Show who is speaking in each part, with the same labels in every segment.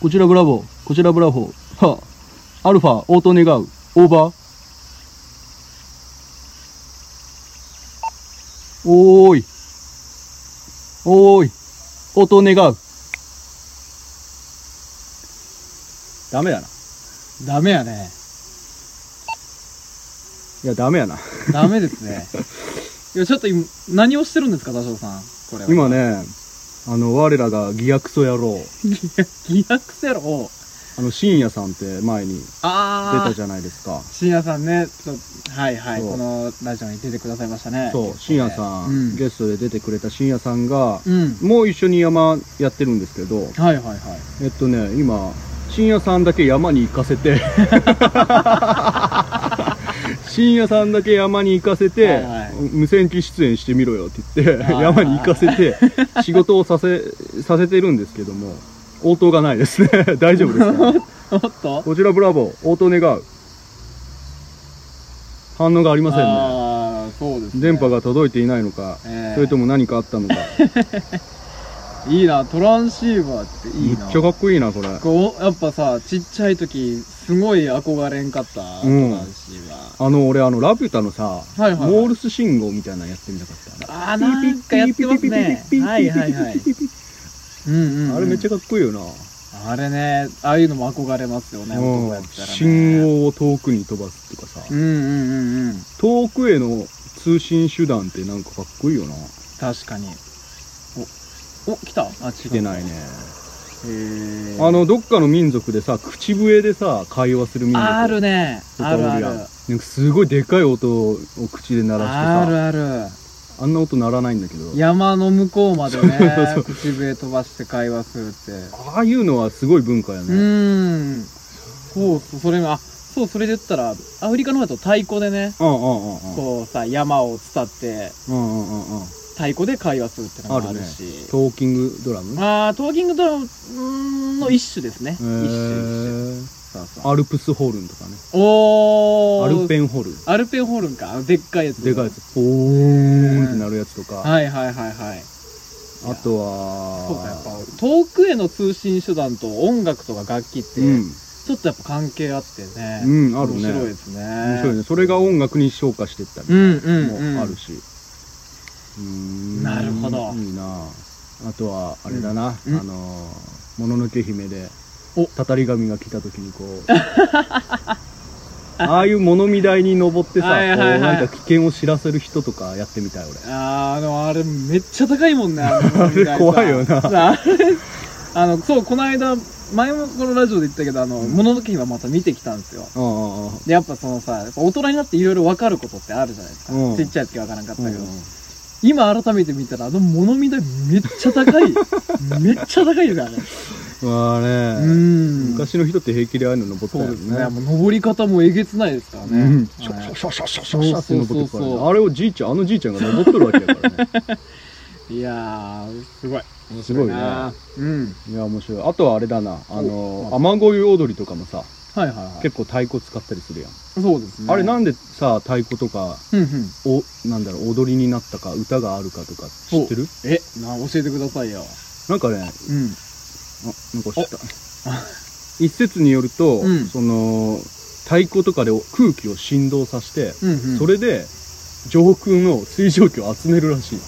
Speaker 1: こちらブラボー、こちらブラボー、はあ、アルファ、応答願う、オーバー。おーい、おーい、応答願う。ダメだな。
Speaker 2: ダメやね。
Speaker 1: いや、ダメやな。
Speaker 2: ダメです ね。いや、ちょっと今、何をしてるんですか、ダショウさん。これは。
Speaker 1: 今。ね、あの、我らがギアクソ野郎、
Speaker 2: ギアクセロを。
Speaker 1: あの、深夜さんって前に出
Speaker 2: あ
Speaker 1: た
Speaker 2: あ。
Speaker 1: じゃないですか。
Speaker 2: 深夜さんね、ちょっと、はいはい、
Speaker 1: そう
Speaker 2: このラジオに出てくださいましたね。
Speaker 1: そう、深夜さん、
Speaker 2: うん
Speaker 1: ゲストで出てくれた深夜さんが、
Speaker 2: うん。
Speaker 1: もう一緒に山やってるんですけど、
Speaker 2: はいはいはい。
Speaker 1: えっとね、今、深夜さんだけ山に行かせ て、深夜さんだけ山に行かせて、
Speaker 2: はいはい
Speaker 1: 無線機出演してみろよって言って、
Speaker 2: はいはい
Speaker 1: 山に行かせて、仕事をさせ、させてるんですけども、応答がないです ね。大丈夫ですか
Speaker 2: おっと
Speaker 1: こちらブラボー、応答願う。反応がありませんね。
Speaker 2: ああ、そうですね。
Speaker 1: 電波が届いていないのか、
Speaker 2: ええ
Speaker 1: それとも何かあったのか。
Speaker 2: いいな、トランシーバーってい
Speaker 1: め
Speaker 2: い
Speaker 1: っ
Speaker 2: な。
Speaker 1: ちゃかっこいいな、これ。
Speaker 2: こうやっぱさ、ちっちゃい時、すごい憧れんかった、トランシ
Speaker 1: うん
Speaker 2: ーバー。
Speaker 1: あの、俺、あの、ラピュタのさ、
Speaker 2: はいはいはい
Speaker 1: モールス信号みたいなのやってみたかった。
Speaker 2: あー、なんかやってますね。はいはいはい。うんうん、うん。
Speaker 1: あれめっちゃかっこいいよな。
Speaker 2: あれね、ああいうのも憧れますよね、男や
Speaker 1: う
Speaker 2: っ
Speaker 1: ん
Speaker 2: たら、ね。
Speaker 1: 信号を遠くに飛ばすとかさ、
Speaker 2: うんうんうんうん。
Speaker 1: 遠くへの通信手段ってなんかかっこいいよな。
Speaker 2: 確かに。お、お、来たあ、来
Speaker 1: 来てないね。
Speaker 2: へー
Speaker 1: あ、の、どっかの民族でさ、口笛でさ、会話する民族
Speaker 2: あるね。
Speaker 1: とか
Speaker 2: あ
Speaker 1: おる
Speaker 2: る
Speaker 1: や
Speaker 2: あ
Speaker 1: ん
Speaker 2: る。
Speaker 1: なんかすごいでかい音を口で鳴らしてさ、
Speaker 2: あるある。
Speaker 1: あんな音鳴らないんだけど。
Speaker 2: 山の向こうまでね
Speaker 1: そうそう、
Speaker 2: 口笛飛ばして会話するって。
Speaker 1: ああいうのはすごい文化や
Speaker 2: う
Speaker 1: ね。
Speaker 2: ーん。そうそう、それが、あ、そう、それで言ったら、アフリカの方だと太鼓でね、
Speaker 1: うんうんうんうん。
Speaker 2: こうさ、山を伝って、
Speaker 1: うんうんうんうん。
Speaker 2: 太鼓で会話するってのもあるし。
Speaker 1: トーキングドラム
Speaker 2: あートーキングドラムうーんの一種ですね。
Speaker 1: え
Speaker 2: 一種一種。
Speaker 1: ー
Speaker 2: そうそう。
Speaker 1: アルプスホルンとかね。
Speaker 2: お
Speaker 1: ア
Speaker 2: ー。
Speaker 1: ルペンホルン。
Speaker 2: アルペンホルンか。あのでっかいやつ。
Speaker 1: でかいや。つ。ボーンってなるやつとか。
Speaker 2: はいはいはいはい。
Speaker 1: あと
Speaker 2: そうか、やっぱ
Speaker 1: は、
Speaker 2: 遠くへの通信手段と音楽とか楽器って、
Speaker 1: うん。
Speaker 2: ちょっとやっぱ関係あってね。
Speaker 1: うんあるね
Speaker 2: 面白いですね。
Speaker 1: 面白いね。それが音楽に昇華していった
Speaker 2: う
Speaker 1: り
Speaker 2: んうん、うん。
Speaker 1: もあるし。うーん
Speaker 2: なるほど
Speaker 1: いいなあとは、あれだな。あ
Speaker 2: うん
Speaker 1: のー、もののけ姫で
Speaker 2: お、
Speaker 1: たたり神が来た時にこう、 ああいう物見台に登ってさ、こう
Speaker 2: はいはいはい
Speaker 1: なんか危険を知らせる人とかやってみたい俺。
Speaker 2: あーあの、あれめっちゃ高いも んね。あの
Speaker 1: あれ怖いよな
Speaker 2: さあれあの、そう、この間、前もこのラジオで言ったけど、あの、もののけ姫はまた見てきたんですよ。
Speaker 1: うんうんうん。
Speaker 2: で、やっぱそのさ、やっぱ大人になっていろいろ分かることってあるじゃないですか。
Speaker 1: うん
Speaker 2: ちっちゃい時は分からなかったけど。
Speaker 1: うん
Speaker 2: 今改めて見たら、あの物見台めっちゃ高 い。めっちゃ高いですよね。
Speaker 1: まあ
Speaker 2: う
Speaker 1: ね、
Speaker 2: ん。
Speaker 1: 昔の人って平気でああいうの登った
Speaker 2: そう
Speaker 1: よ
Speaker 2: ですね。
Speaker 1: ね。
Speaker 2: もう登り方もえげつないですからね。
Speaker 1: うん、シ
Speaker 2: は
Speaker 1: ャ
Speaker 2: い
Speaker 1: シャシャシャシャシャって登ってくから
Speaker 2: そうそうそうそ
Speaker 1: ね
Speaker 2: う
Speaker 1: あれをじいちゃんあのじいちゃんが登ってるわけだからね
Speaker 2: いやー、すごい。 面
Speaker 1: すご
Speaker 2: 白
Speaker 1: い
Speaker 2: い
Speaker 1: ね
Speaker 2: な。うん。
Speaker 1: いや面白いあとはあれだなあの
Speaker 2: お
Speaker 1: 雨乞い踊りとかもさ
Speaker 2: はいはいはい。
Speaker 1: 結構太鼓使ったりするやん、
Speaker 2: そうですね。
Speaker 1: あれなんんでさ太鼓とか
Speaker 2: うんうん。
Speaker 1: おなんだろう踊りになったか歌があるかとか知ってる
Speaker 2: え、な、教えてくださいよ。
Speaker 1: なんかね
Speaker 2: うん。
Speaker 1: あなんか知った 一説によると、
Speaker 2: うん
Speaker 1: その太鼓とかで空気を振動させて、
Speaker 2: うんうん。
Speaker 1: それで上空の水蒸気を集めるらしい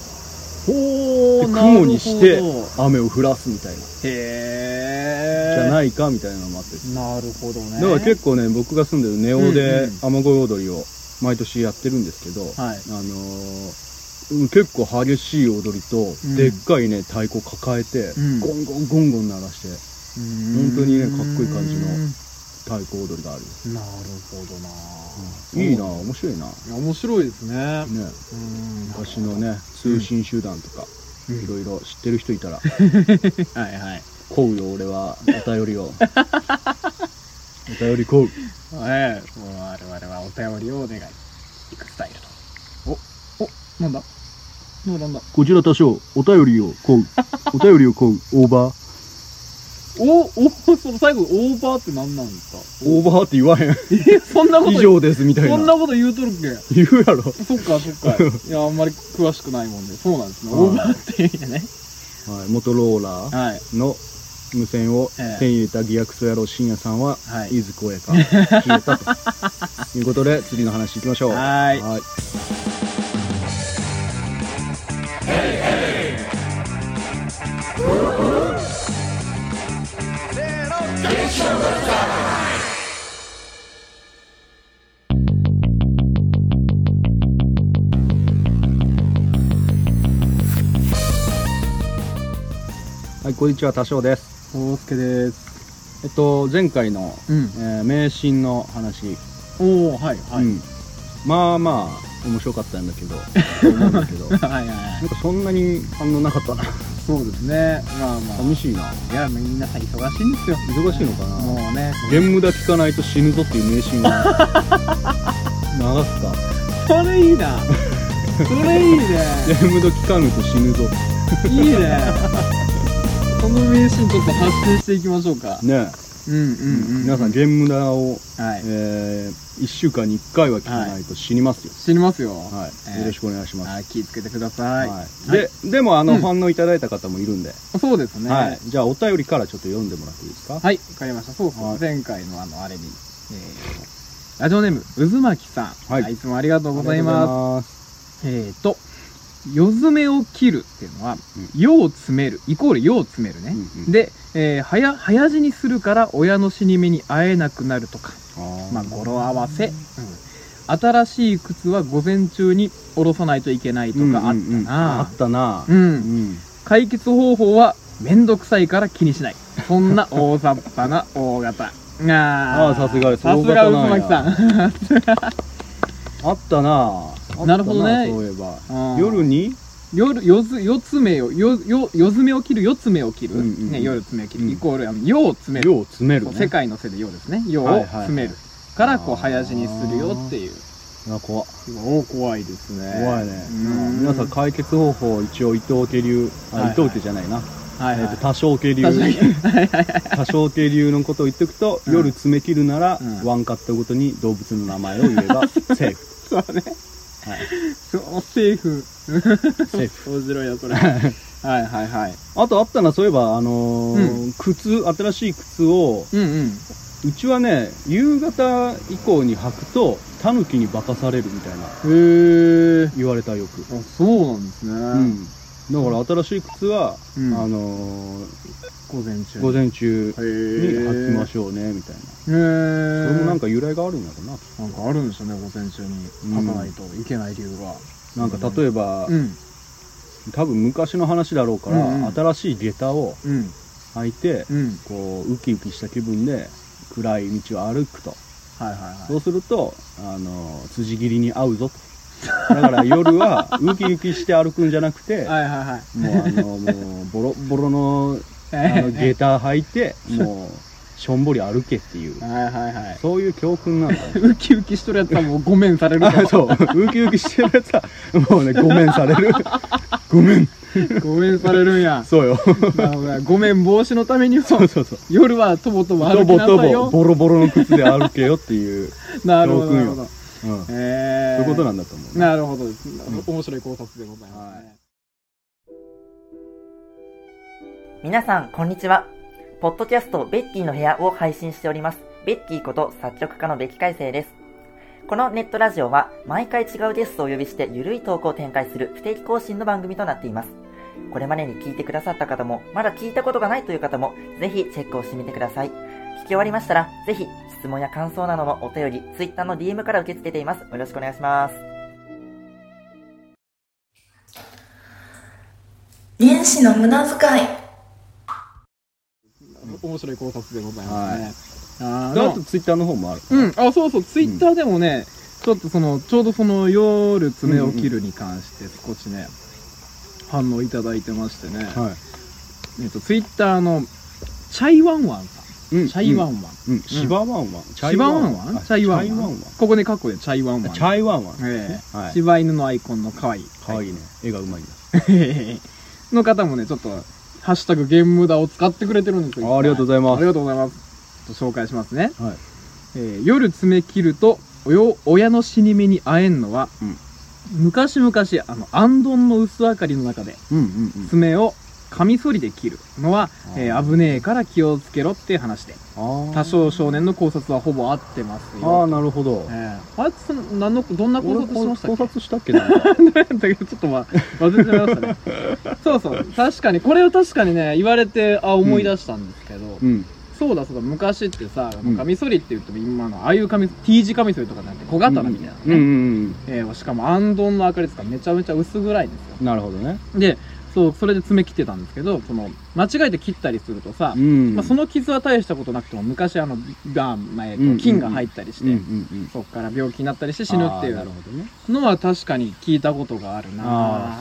Speaker 2: ほ
Speaker 1: で
Speaker 2: ー、なるほ
Speaker 1: 雲
Speaker 2: ど
Speaker 1: にして雨を降らすみたいな
Speaker 2: へ
Speaker 1: じ
Speaker 2: ー。
Speaker 1: ゃ
Speaker 2: い。
Speaker 1: ないかみたいなのもあって
Speaker 2: なるほど
Speaker 1: だ
Speaker 2: ね。
Speaker 1: から結構ね僕が住んでるネオ
Speaker 2: う
Speaker 1: で
Speaker 2: ん
Speaker 1: 雨乞い踊りを毎年やってるんですけど、
Speaker 2: はい。
Speaker 1: あのーうん結構激しい踊りと、
Speaker 2: うん
Speaker 1: でっかいね太鼓抱えて、
Speaker 2: うん
Speaker 1: ゴンゴンゴンゴン鳴らして
Speaker 2: 本
Speaker 1: 当にねかっこいい感じの太鼓踊りがある、
Speaker 2: なるほどな、
Speaker 1: いいな面白いな、ね、
Speaker 2: いや面白いですねうん
Speaker 1: 昔のね通信手段とか、
Speaker 2: うん
Speaker 1: いろいろ知ってる人いたら
Speaker 2: はいはい
Speaker 1: こうよ俺はお便りを お便りこう
Speaker 2: ええもう我々はお便りをお願いいくスタイルとおおなんだなんだなんだ
Speaker 1: こちら多少お便りをこうお便りをこうオーバー
Speaker 2: おおその最後オーバーって何なんですか
Speaker 1: オーバーって言わへん
Speaker 2: えそんなこ と
Speaker 1: 以上ですみたい
Speaker 2: そん
Speaker 1: な
Speaker 2: なこと言うとるっけ
Speaker 1: 言うやろ
Speaker 2: そっか そっかいやあんまり詳しくないもんでそうなんですね
Speaker 1: はい
Speaker 2: オーバーっていう意味でね
Speaker 1: はいモトローラー
Speaker 2: はい
Speaker 1: の無線を
Speaker 2: ええ
Speaker 1: 手に入れたギアクソ野郎深夜さんは、
Speaker 2: はい
Speaker 1: 飯津光栄か消えたということで次の話いきましょ う
Speaker 2: はーい
Speaker 1: はいはい、こんにちは多少です
Speaker 2: 大輔です。
Speaker 1: えっと前回の、
Speaker 2: うん
Speaker 1: え。ー迷信の話
Speaker 2: おおはいはい。
Speaker 1: うん、まあまあ面白かったんだけど思うんだ けどなんか
Speaker 2: はいはい。
Speaker 1: そんなに反応なかったな
Speaker 2: そうですね。まあまあ。
Speaker 1: 寂しいない
Speaker 2: や、皆さん忙しいんですよ。
Speaker 1: 忙しいのか
Speaker 2: もう
Speaker 1: な
Speaker 2: ね。
Speaker 1: ゲームだ聞かないと死ぬぞっていう迷信を流すか
Speaker 2: それい いな。それいいね。
Speaker 1: ゲームだ聞かぬと死ぬぞ
Speaker 2: いい ね。この名シーンちょっと発信していきましょうか。
Speaker 1: ね
Speaker 2: うんうんうん。
Speaker 1: 皆さんゲームだを、
Speaker 2: はい。
Speaker 1: え1週間に1回は聞かないと死にますよ、
Speaker 2: 死にますよ。
Speaker 1: はい
Speaker 2: えー
Speaker 1: よろしくお願いします、
Speaker 2: はい。気をつけてください。
Speaker 1: はいででもあの、
Speaker 2: うん
Speaker 1: 反応いただいた方もいるんで、
Speaker 2: そうですね。
Speaker 1: はい、じゃあお便りからちょっと読んでもらっていいですか
Speaker 2: はい、わかりました。そうそう、
Speaker 1: はい
Speaker 2: 前回のあの、あれに、えー、ラジオネーム、渦巻さん。
Speaker 1: はい
Speaker 2: いつもありがとうござい
Speaker 1: ありが
Speaker 2: ま
Speaker 1: とうございます
Speaker 2: す。えーと、夜爪を切るっていうのは、夜を詰める、イコール夜を詰めるね。
Speaker 1: うんうん
Speaker 2: で、えー早、早死にするから親の死に目に会えなくなるとか、
Speaker 1: あー
Speaker 2: まあ、語呂合わせ。うん新しい靴は午前中に下ろさないといけないとかあった
Speaker 1: うんうんうんあ
Speaker 2: な
Speaker 1: ったな
Speaker 2: うん
Speaker 1: うん
Speaker 2: 解決方法はめんどくさいから気にしない。そんな大雑把な大型。あ
Speaker 1: あーさすがです
Speaker 2: さすが渦
Speaker 1: 大
Speaker 2: 巻
Speaker 1: 型
Speaker 2: さ。
Speaker 1: なんあったな
Speaker 2: なるほどね
Speaker 1: あったなそういえば
Speaker 2: うん
Speaker 1: 夜に
Speaker 2: 夜、夜ず、夜爪を、夜、夜、夜爪を切る、夜爪を切る。
Speaker 1: うんうんうん
Speaker 2: ね、夜爪を切る。
Speaker 1: うん
Speaker 2: イコール、あの、夜を詰める。
Speaker 1: 夜を詰める
Speaker 2: そう
Speaker 1: ね
Speaker 2: 世界のせいで夜ですね。夜
Speaker 1: はい
Speaker 2: を
Speaker 1: はいはい
Speaker 2: 詰める。から、こう、早死にするよっていう。
Speaker 1: あ怖っ
Speaker 2: お怖いですね
Speaker 1: 怖いね
Speaker 2: うん
Speaker 1: 皆さん解決方法一応伊藤家流
Speaker 2: はい
Speaker 1: あ
Speaker 2: はい
Speaker 1: 伊藤家じゃないな
Speaker 2: はい
Speaker 1: え
Speaker 2: はい
Speaker 1: っと多少家流
Speaker 2: 多少家
Speaker 1: 多少家流のことを言っておくと
Speaker 2: うん
Speaker 1: 夜詰め切るなら
Speaker 2: うん
Speaker 1: ワンカットごとに動物の名前を言え ばセーフ
Speaker 2: そうね。
Speaker 1: はい
Speaker 2: そう、セーフ。
Speaker 1: セーフ
Speaker 2: 面白いよ、これ。はいはいはい。
Speaker 1: あとあったなそういえばあのー靴新しい靴を
Speaker 2: うんうん。
Speaker 1: うちはね夕方以降に履くとタヌキに化かされるみたいな
Speaker 2: へえ。
Speaker 1: 言われたよく、
Speaker 2: あ、そうなんですね。
Speaker 1: うん、だから新しい靴は、
Speaker 2: うん
Speaker 1: あのー
Speaker 2: 午前中。
Speaker 1: 午前中
Speaker 2: へえ。
Speaker 1: に履きましょうねみたいな、
Speaker 2: へえ。
Speaker 1: それもなん
Speaker 2: か、
Speaker 1: か由来があるんだろうな
Speaker 2: なんかあるんでしょうね、午前中に書かないといけない理由が。
Speaker 1: なんか例
Speaker 2: え
Speaker 1: えば、
Speaker 2: うん。
Speaker 1: 多分昔の話だろうから、
Speaker 2: うんうん
Speaker 1: 新しい下駄を
Speaker 2: うん。
Speaker 1: 履いて、
Speaker 2: うん。
Speaker 1: こうウキウキした気分で暗い道を歩くと
Speaker 2: はいはい
Speaker 1: そ
Speaker 2: は
Speaker 1: うすると、あのー辻切りに合うぞとだから夜はウキウキして歩くんじゃなくて、
Speaker 2: い。はいはいはい。
Speaker 1: もうあの、もう、ボロッボロの、あの、下駄履い て、もう、しょんぼり歩けっていう、
Speaker 2: はいはいはい。
Speaker 1: そういう教訓な んだよ。
Speaker 2: ウキウキしとるやつはもうごめんされる
Speaker 1: あ、
Speaker 2: と。
Speaker 1: そう、ウキウキしてるやつは、もうね、ごめんされる。ごめん。
Speaker 2: ごめんされるんや。
Speaker 1: そうよ。
Speaker 2: なるほどねごめん防止のためにも、
Speaker 1: そうそうそう。
Speaker 2: 夜はとぼとぼ
Speaker 1: と
Speaker 2: 歩き
Speaker 1: ぼ
Speaker 2: な
Speaker 1: と
Speaker 2: さい
Speaker 1: ぼ、
Speaker 2: よ。
Speaker 1: ボロボロの靴で歩けよっていう、
Speaker 2: なるほど。
Speaker 1: 教訓
Speaker 2: な
Speaker 1: よ
Speaker 2: るほど。
Speaker 1: うん。そう
Speaker 2: え
Speaker 1: いうことな
Speaker 2: な
Speaker 1: んだと思うね。
Speaker 2: なるほどですね。面白い考察でございますね。
Speaker 3: 皆さん、こんにちは。ポッドキャスト、ベッキーの部屋を配信しております。ベッキーこと作曲家のベキ海星です。このネットラジオは、毎回違うゲストをお呼びして、ゆるいトークを展開する不定期更新の番組となっています。これまでに聞いてくださった方も、まだ聞いたことがないという方も、ぜひチェックをしてみてください。聞き終わりましたら、ぜひ、質問や感想などのお便り、Twitter の DM から受け付けています。よろしくお願いします。
Speaker 4: 原子の無駄遣い
Speaker 2: 面白い考察でございますね。あ
Speaker 1: あ
Speaker 2: ーあ
Speaker 1: と、
Speaker 2: の
Speaker 1: ツイッターの方もある。
Speaker 2: うん、あ、そうそう、ツイッターでもね、ちょっとその、ちょうどその、夜爪を切るに関して少しね、反応いただいてましてね、
Speaker 1: は
Speaker 2: えっと、ツイッターの、チャイワンワンさん。
Speaker 1: い。うん
Speaker 2: チャイワン
Speaker 1: ン。
Speaker 2: ワン。
Speaker 1: うん。シバワンワン。チ
Speaker 2: チャイワンワン
Speaker 1: あ
Speaker 2: チャイワンワン。ここね、過去でチャイワンワン。
Speaker 1: チャイワンワン。
Speaker 2: ええ
Speaker 1: はい
Speaker 2: 柴犬のアイコンの可愛い。
Speaker 1: かわいいね。絵がうまいんだ。
Speaker 2: の方もね、ちょっと、ハッシュタグゲーム無駄を使ってくれてるんですよ。
Speaker 1: あありがとうございます
Speaker 2: ありがとうございます。ちょっと紹介しますね。
Speaker 1: はい。
Speaker 2: えー夜爪切ると、およ親の死に目に会えんのは、
Speaker 1: うん
Speaker 2: 昔々、あの、アンドンの薄明かりの中で、
Speaker 1: うんうんうん。
Speaker 2: 爪をカミソリで切るのは、えー危ねえから気をつけろっていう話で多少少年の考察はほぼ合ってます
Speaker 1: ああ
Speaker 2: よ
Speaker 1: なるほど、
Speaker 2: ええあいつその何のどんな考
Speaker 1: 俺
Speaker 2: 察しましたっ
Speaker 1: 考
Speaker 2: け
Speaker 1: 察したっけな
Speaker 2: だけどちょっ とまあ忘れてましたねそうそう確かにこれを確かにね言われてあ思い出したんですけど、
Speaker 1: うん
Speaker 2: そうだそうだ昔ってさ
Speaker 1: うん
Speaker 2: カミソリって言っても今のああいうカミ T 字カミソリとかなんて小刀みたいなね、
Speaker 1: うんうん
Speaker 2: えーしかもアンドンの明かりですからめちゃめちゃ薄暗いんですよ
Speaker 1: うんなるほどね
Speaker 2: でそうそれで爪切ってたんですけどその間違えて切ったりするとさ、
Speaker 1: うん
Speaker 2: まあ、その傷は大したことなくても昔あのが、まあえーと
Speaker 1: うん
Speaker 2: 菌が入ったりして、
Speaker 1: うんうんうん
Speaker 2: そっから病気になったりして死ぬってい
Speaker 1: あーなる
Speaker 2: う
Speaker 1: ほどね
Speaker 2: のは確かに聞いたことがある
Speaker 1: あ
Speaker 2: な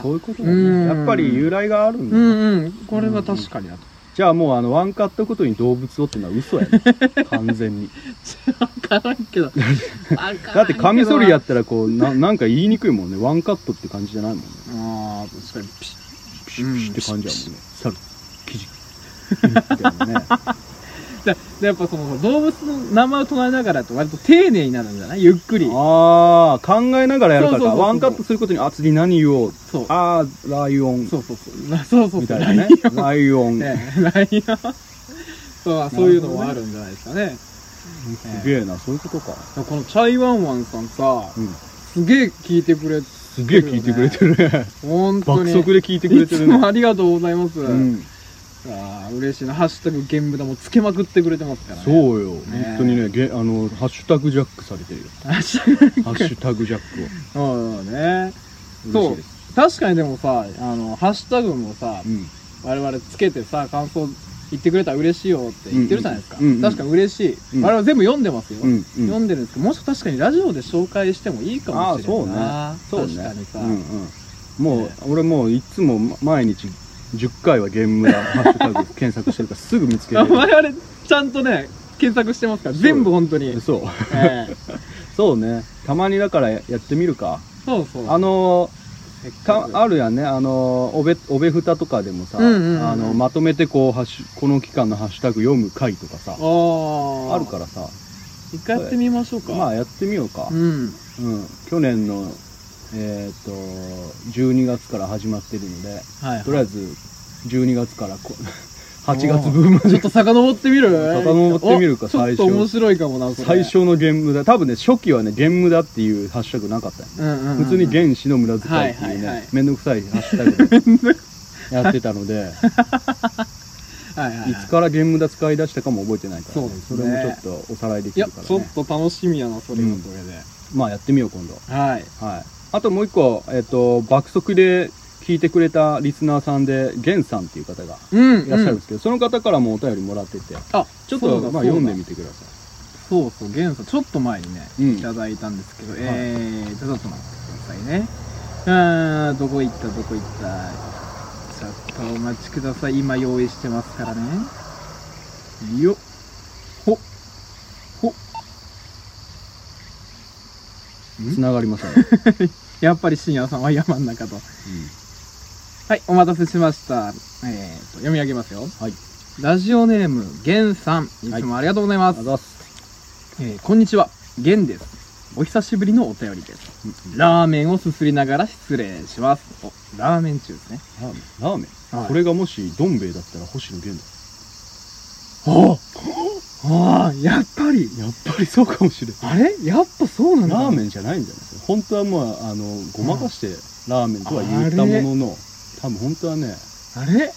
Speaker 1: あそういうことだ
Speaker 2: うん
Speaker 1: ねやっぱり由来があるんだ
Speaker 2: う
Speaker 1: ね
Speaker 2: んうんこれは確かに だと、
Speaker 1: じゃあもうあのワンカットごとに動物をっていうのは嘘や ね完全に
Speaker 2: わからん けど
Speaker 1: だってカミソリや
Speaker 2: っ
Speaker 1: ったらこうななんか言いにくいもんねワンカットって感じじゃないもんね
Speaker 2: あー確かにピシッ
Speaker 1: ピシッピシッって感じやもんね猿キジみたいなね
Speaker 2: ででやっぱその動物の名前を唱えながらと割と丁寧になるんじゃないゆっくり
Speaker 1: ああ考えながらやるから
Speaker 2: そうそうそう
Speaker 1: か
Speaker 2: そう
Speaker 1: ワンカットすることにあ次何言おう
Speaker 2: そう
Speaker 1: ああライオン
Speaker 2: そうそうそう なそうそう
Speaker 1: み
Speaker 2: そ
Speaker 1: た
Speaker 2: う
Speaker 1: いなねライオン
Speaker 2: ライオンねライオンそうそういうのもあるんじゃないですかね
Speaker 1: すげえなそういうことか
Speaker 2: このチャイワンワンさんさ
Speaker 1: うん
Speaker 2: すげえ聞いてくれす
Speaker 1: すげえ聞いてくれてるね
Speaker 2: 本当
Speaker 1: 爆
Speaker 2: に
Speaker 1: 速で聞いてくれて
Speaker 2: いつ
Speaker 1: る
Speaker 2: も
Speaker 1: ね
Speaker 2: ありがとうございます、
Speaker 1: うん
Speaker 2: ああ嬉しいな「ハッシュタグ現部だ」もつけまくってくれてますからね う
Speaker 1: そうよ
Speaker 2: ね
Speaker 1: 本当にねげあのハッシュタグジャックされてるよ
Speaker 2: ハッシュタ
Speaker 1: ハッシュタグジャックを
Speaker 2: グうんね
Speaker 1: 嬉し
Speaker 2: そ
Speaker 1: いうです
Speaker 2: 確かにでもさあのハッシュタグもさ、
Speaker 1: うん
Speaker 2: 我々つけてさ感想言ってくれたら嬉しいよって言ってるじゃないですか、
Speaker 1: うんうんうん
Speaker 2: 確かに嬉しい、
Speaker 1: うん
Speaker 2: 我々全部読んでますよ、
Speaker 1: うんうん
Speaker 2: 読んでるんですけどもしか確かにラジオで紹介してもいいかもしれないな
Speaker 1: あそうね
Speaker 2: 確かにさ、
Speaker 1: うんうんもう、
Speaker 2: ね
Speaker 1: 俺もういつもま毎日10回はゲーム村ハッシュタグ検索してるからすぐ見つけ れる
Speaker 2: 我々ちゃんとね検索してますから
Speaker 1: そう
Speaker 2: 全部本当に、
Speaker 1: そう
Speaker 2: ええ
Speaker 1: そうねたまにだからややってみるか
Speaker 2: そうそう
Speaker 1: あの
Speaker 2: せっか
Speaker 1: た
Speaker 2: く
Speaker 1: あるやんねあのおべおべふたとかでもさ、
Speaker 2: うんうんうん
Speaker 1: あのまとめてこうハッシュこの期間のハッシュタグ読む回とかさあ
Speaker 2: あ
Speaker 1: るかららさ
Speaker 2: 一回やってみましょうか
Speaker 1: まあやってみようか、
Speaker 2: う
Speaker 1: うん
Speaker 2: ん
Speaker 1: 去年のえっ、と12月から始まってるので
Speaker 2: はい、
Speaker 1: とりあえず12月からこ 8月分まで
Speaker 2: ちょっと遡ってみる
Speaker 1: 遡ってみるか
Speaker 2: おちょっ
Speaker 1: 最
Speaker 2: と
Speaker 1: 初
Speaker 2: 面白いかもなそれ
Speaker 1: 最初のゲームだ多分ね初期はねゲームだっていうハッシュタグなかったよね、
Speaker 2: うんうんうん、
Speaker 1: 普通に原始の無駄遣いっていうね、
Speaker 2: はいはいはい
Speaker 1: めんどくさいハッシュタ グでやってたので
Speaker 2: はいはいはい
Speaker 1: いつからゲームだ使い出したかも覚えてないから、
Speaker 2: そうです
Speaker 1: そ
Speaker 2: ね
Speaker 1: れもちょっとおさらいで
Speaker 2: い
Speaker 1: き
Speaker 2: や、
Speaker 1: るから
Speaker 2: ちょ
Speaker 1: ね
Speaker 2: っと楽しみやな、それのおかげで。
Speaker 1: まあやってみよう今度
Speaker 2: はい。
Speaker 1: はいあともう一個、えっと爆速で聞いてくれたリスナーさんでゲンさんっていう方が
Speaker 2: うん、
Speaker 1: いらっしゃるんですけど、その方からもお便りもらってて
Speaker 2: あ、
Speaker 1: ちょっとまあ読んでみて
Speaker 2: て。
Speaker 1: くださ
Speaker 2: そうそう、ゲンさん、ちょっと前にね、
Speaker 1: うん
Speaker 2: いただいたんですけど、
Speaker 1: い
Speaker 2: えー、ちょっと待ってくださいね。あー、どこ行った、どこ行った。ちょっとお待ちください。今用意してますからね。よっ。ほ。ほ。
Speaker 1: い繋がりま せん、うん
Speaker 2: やっぱり深夜さんは山の中と。はい、お待たせしました。えーと、読み上げますよ。
Speaker 1: はい
Speaker 2: ラジオネーム、ゲンさん。いつもありがとうございます。
Speaker 1: あざっす
Speaker 2: えーこんにちは、ゲンです。お久しぶりのお便りです。
Speaker 1: うん
Speaker 2: ラーメンをすすりながら失礼します。お、ラーメン中ですね。
Speaker 1: ラーメンラーメン
Speaker 2: はい
Speaker 1: これがもしどん兵衛だったら星野源だ
Speaker 2: あああやっぱり
Speaker 1: やっぱりそうかもしれ
Speaker 2: あれやっぱそうなんだ。
Speaker 1: ラー
Speaker 2: ン
Speaker 1: メンじゃないんじゃないですか本当はまああのごまかしてラーメンとは言ったものの多分本当はね
Speaker 2: あれ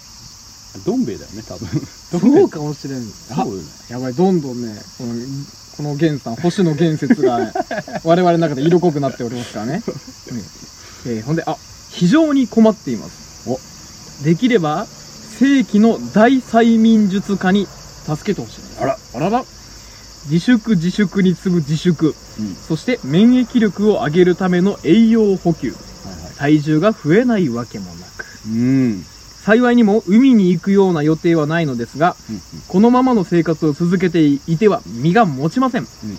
Speaker 1: どん兵衛だよね多分
Speaker 2: そうかもしれん。あ
Speaker 1: そ、うよね
Speaker 2: やばい、どんどんね、この、このゲンさん、星野源説 がね、我々の中で色濃くなっておりますからね。うんえーほんで、あ、非常に困っています。できれば、正規の大催眠術家に助けてほしいです。
Speaker 1: あら、
Speaker 2: あらら。自粛自粛に次ぐ自粛。
Speaker 1: うん
Speaker 2: そして、免疫力を上げるための栄養補給。
Speaker 1: はいはい
Speaker 2: 体重が増えないわけもなく。
Speaker 1: うんうん
Speaker 2: 幸いにも海に行くような予定はないのですが、
Speaker 1: うん
Speaker 2: このままの生活を続けていては身が持ちません。
Speaker 1: うんうん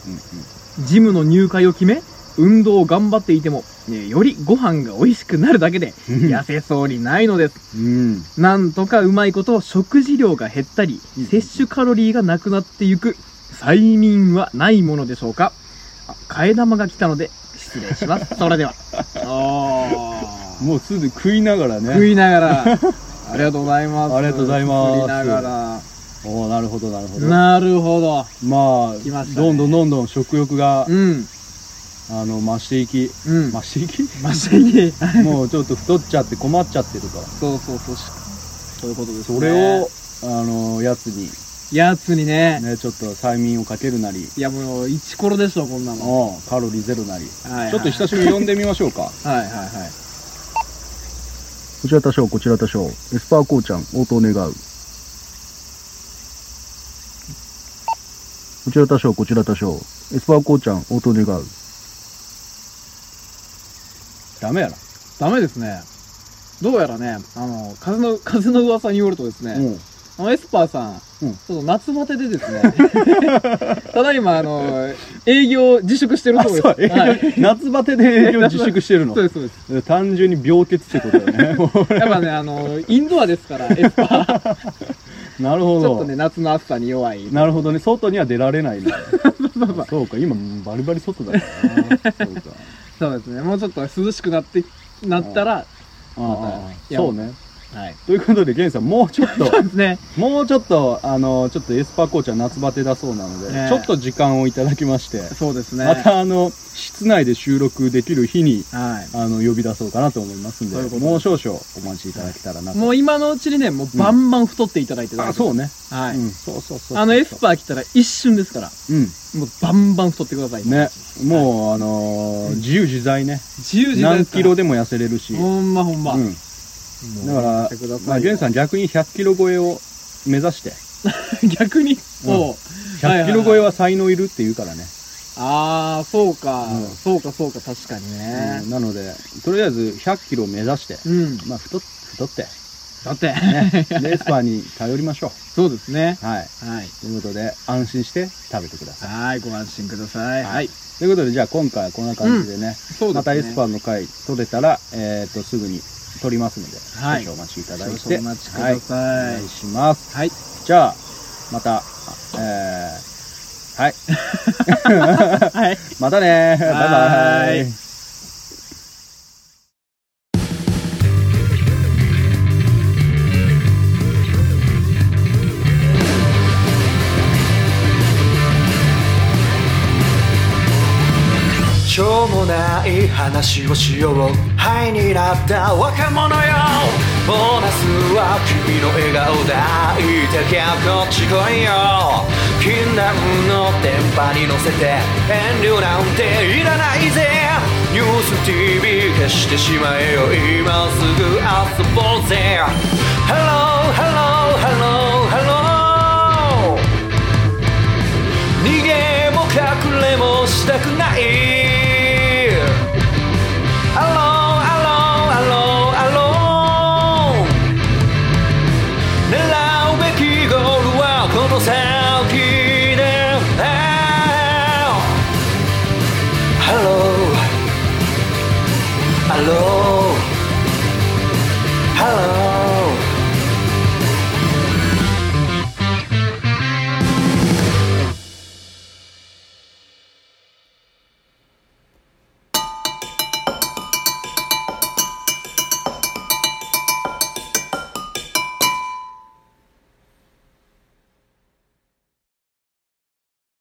Speaker 2: ジムの入会を決め、運動を頑張っていても、ねよりご飯が美味しくなる だけで、
Speaker 1: うん
Speaker 2: 痩せそうにないのです。
Speaker 1: うん
Speaker 2: なんとかうまいこと食事量が減ったり
Speaker 1: うん、
Speaker 2: 摂取カロリーがなくなっていく、催眠はないものでしょうかあ、替え玉が来たので、失礼 します。それでは。あ
Speaker 1: もうすぐ食いながら
Speaker 2: 食
Speaker 1: ね
Speaker 2: いながら、ありがとうございます。
Speaker 1: ありがとうございます
Speaker 2: すりなが
Speaker 1: おおなるほどなるほど
Speaker 2: ら。なるほど。
Speaker 1: まあ
Speaker 2: 来ましたね
Speaker 1: どんどんどんどん食欲が、
Speaker 2: うん。
Speaker 1: あの増していき
Speaker 2: うん。
Speaker 1: 増してい
Speaker 2: マシに。
Speaker 1: きもうちょっと太っちゃって困っちゃってるから
Speaker 2: そうそうそう。そういうことです、ね。
Speaker 1: それを、、あのやつに
Speaker 2: やつにね。
Speaker 1: ねちょっと催眠をかけるなり
Speaker 2: いやもう、イチコロでしょ、こんなの。
Speaker 1: うんカロリーゼロなりち
Speaker 2: はいはい
Speaker 1: ょっと久しぶりに呼んでみましょうか
Speaker 2: はいはいはい。
Speaker 1: こちら多少こちら多少エスパーこうちゃん応答願うこちら多少こちら多少エスパーこうちゃん応答願うダメやな
Speaker 2: ダメですね。どうやらね、あの、風の、 風の噂によるとですね、
Speaker 1: うん
Speaker 2: あのエスパーさん、
Speaker 1: うん
Speaker 2: ちょっと夏バテでですね、 ただいま、あの、営業自粛してる
Speaker 1: あ
Speaker 2: そうです。
Speaker 1: そう営業
Speaker 2: はい
Speaker 1: 夏バテで営業自粛してるの
Speaker 2: そうです、そうです。
Speaker 1: 単純に病欠ってことだ よねもう
Speaker 2: やっぱね、あの、インドアですから、エスパー。
Speaker 1: なるほ
Speaker 2: ちょっと
Speaker 1: ど
Speaker 2: ね、夏の暑さに弱い。
Speaker 1: なるほどね外には出られないんだそうか今バリバリ外だ からなそうか
Speaker 2: そうですね、もうちょっと涼しくなって、なった
Speaker 1: あ
Speaker 2: ら、い
Speaker 1: あ
Speaker 2: や
Speaker 1: そうね
Speaker 2: はい。
Speaker 1: ということで源さんもうちょっと
Speaker 2: ね、
Speaker 1: もうちょっとあのちょっとエスパーコーチは夏バテだそうなので、
Speaker 2: ね
Speaker 1: ちょっと時間をいただきまして、
Speaker 2: そうですね。
Speaker 1: またあの室内で収録できる日に
Speaker 2: はい。
Speaker 1: あの呼び出そうかなと思いますんで
Speaker 2: そういうこと
Speaker 1: もう少々お待ちいただけたらなと
Speaker 2: もう今のうちにね、もうバンバン太っていただいて大丈夫
Speaker 1: あそうね、
Speaker 2: は
Speaker 1: う
Speaker 2: い。
Speaker 1: ん、そうそうそうそう
Speaker 2: あの、エスパー来たら一瞬ですから、
Speaker 1: うん
Speaker 2: もうバンバン太ってください。
Speaker 1: ね、もう、あのー自由自在ね。
Speaker 2: 自由自在で
Speaker 1: 何
Speaker 2: すか
Speaker 1: キ
Speaker 2: ら
Speaker 1: ロでも痩せれるし。
Speaker 2: ほんまほんま。
Speaker 1: うん。だから、まあ、源さ
Speaker 2: ん。
Speaker 1: ん逆に100キロ超えを目指して。
Speaker 2: 逆に、
Speaker 1: うん
Speaker 2: そう。は
Speaker 1: 100
Speaker 2: いはい
Speaker 1: キ
Speaker 2: はい
Speaker 1: ロ超えは才能いるって言うからね。
Speaker 2: ああ、そうか、
Speaker 1: うん
Speaker 2: そうか、そうか、確かにね
Speaker 1: うん。なので、とりあえず100キロを目指して、
Speaker 2: うん。
Speaker 1: まあ、太っ、太って、
Speaker 2: だって、
Speaker 1: ね、レースパーに頼りましょ
Speaker 2: そうですね。
Speaker 1: う。はい。
Speaker 2: はい。
Speaker 1: ということで、安心して食べてください。
Speaker 2: はい、ご安心ください。
Speaker 1: はい
Speaker 2: はい。
Speaker 1: ということで、じゃあ今回はこんな感じでね、
Speaker 2: そうですね。
Speaker 1: またエスパ
Speaker 2: ー
Speaker 1: ーの回取れたら、えっ、と、すぐに取りますので、
Speaker 2: はい
Speaker 1: 少々お待ちいただい
Speaker 2: 少
Speaker 1: て、
Speaker 2: 々お待ちください
Speaker 1: お願いします。
Speaker 2: はい。
Speaker 1: じゃあ、また、あえー、はい。
Speaker 2: はい。
Speaker 1: またねバイバ
Speaker 2: はー
Speaker 1: イ
Speaker 2: い。
Speaker 5: しょうもない話をしようハイになった若者よボーナスは君の笑顔だいいだけこっち来いよ禁断の電波に乗せて遠慮なんていらないぜニュース TV 消してしまえよ今すぐ遊ぼうぜ Hello, hello, hello, hello 逃げも隠れもしたくないアローアローアローアロー狙うべきゴールはこの先で Eh. Hello アロー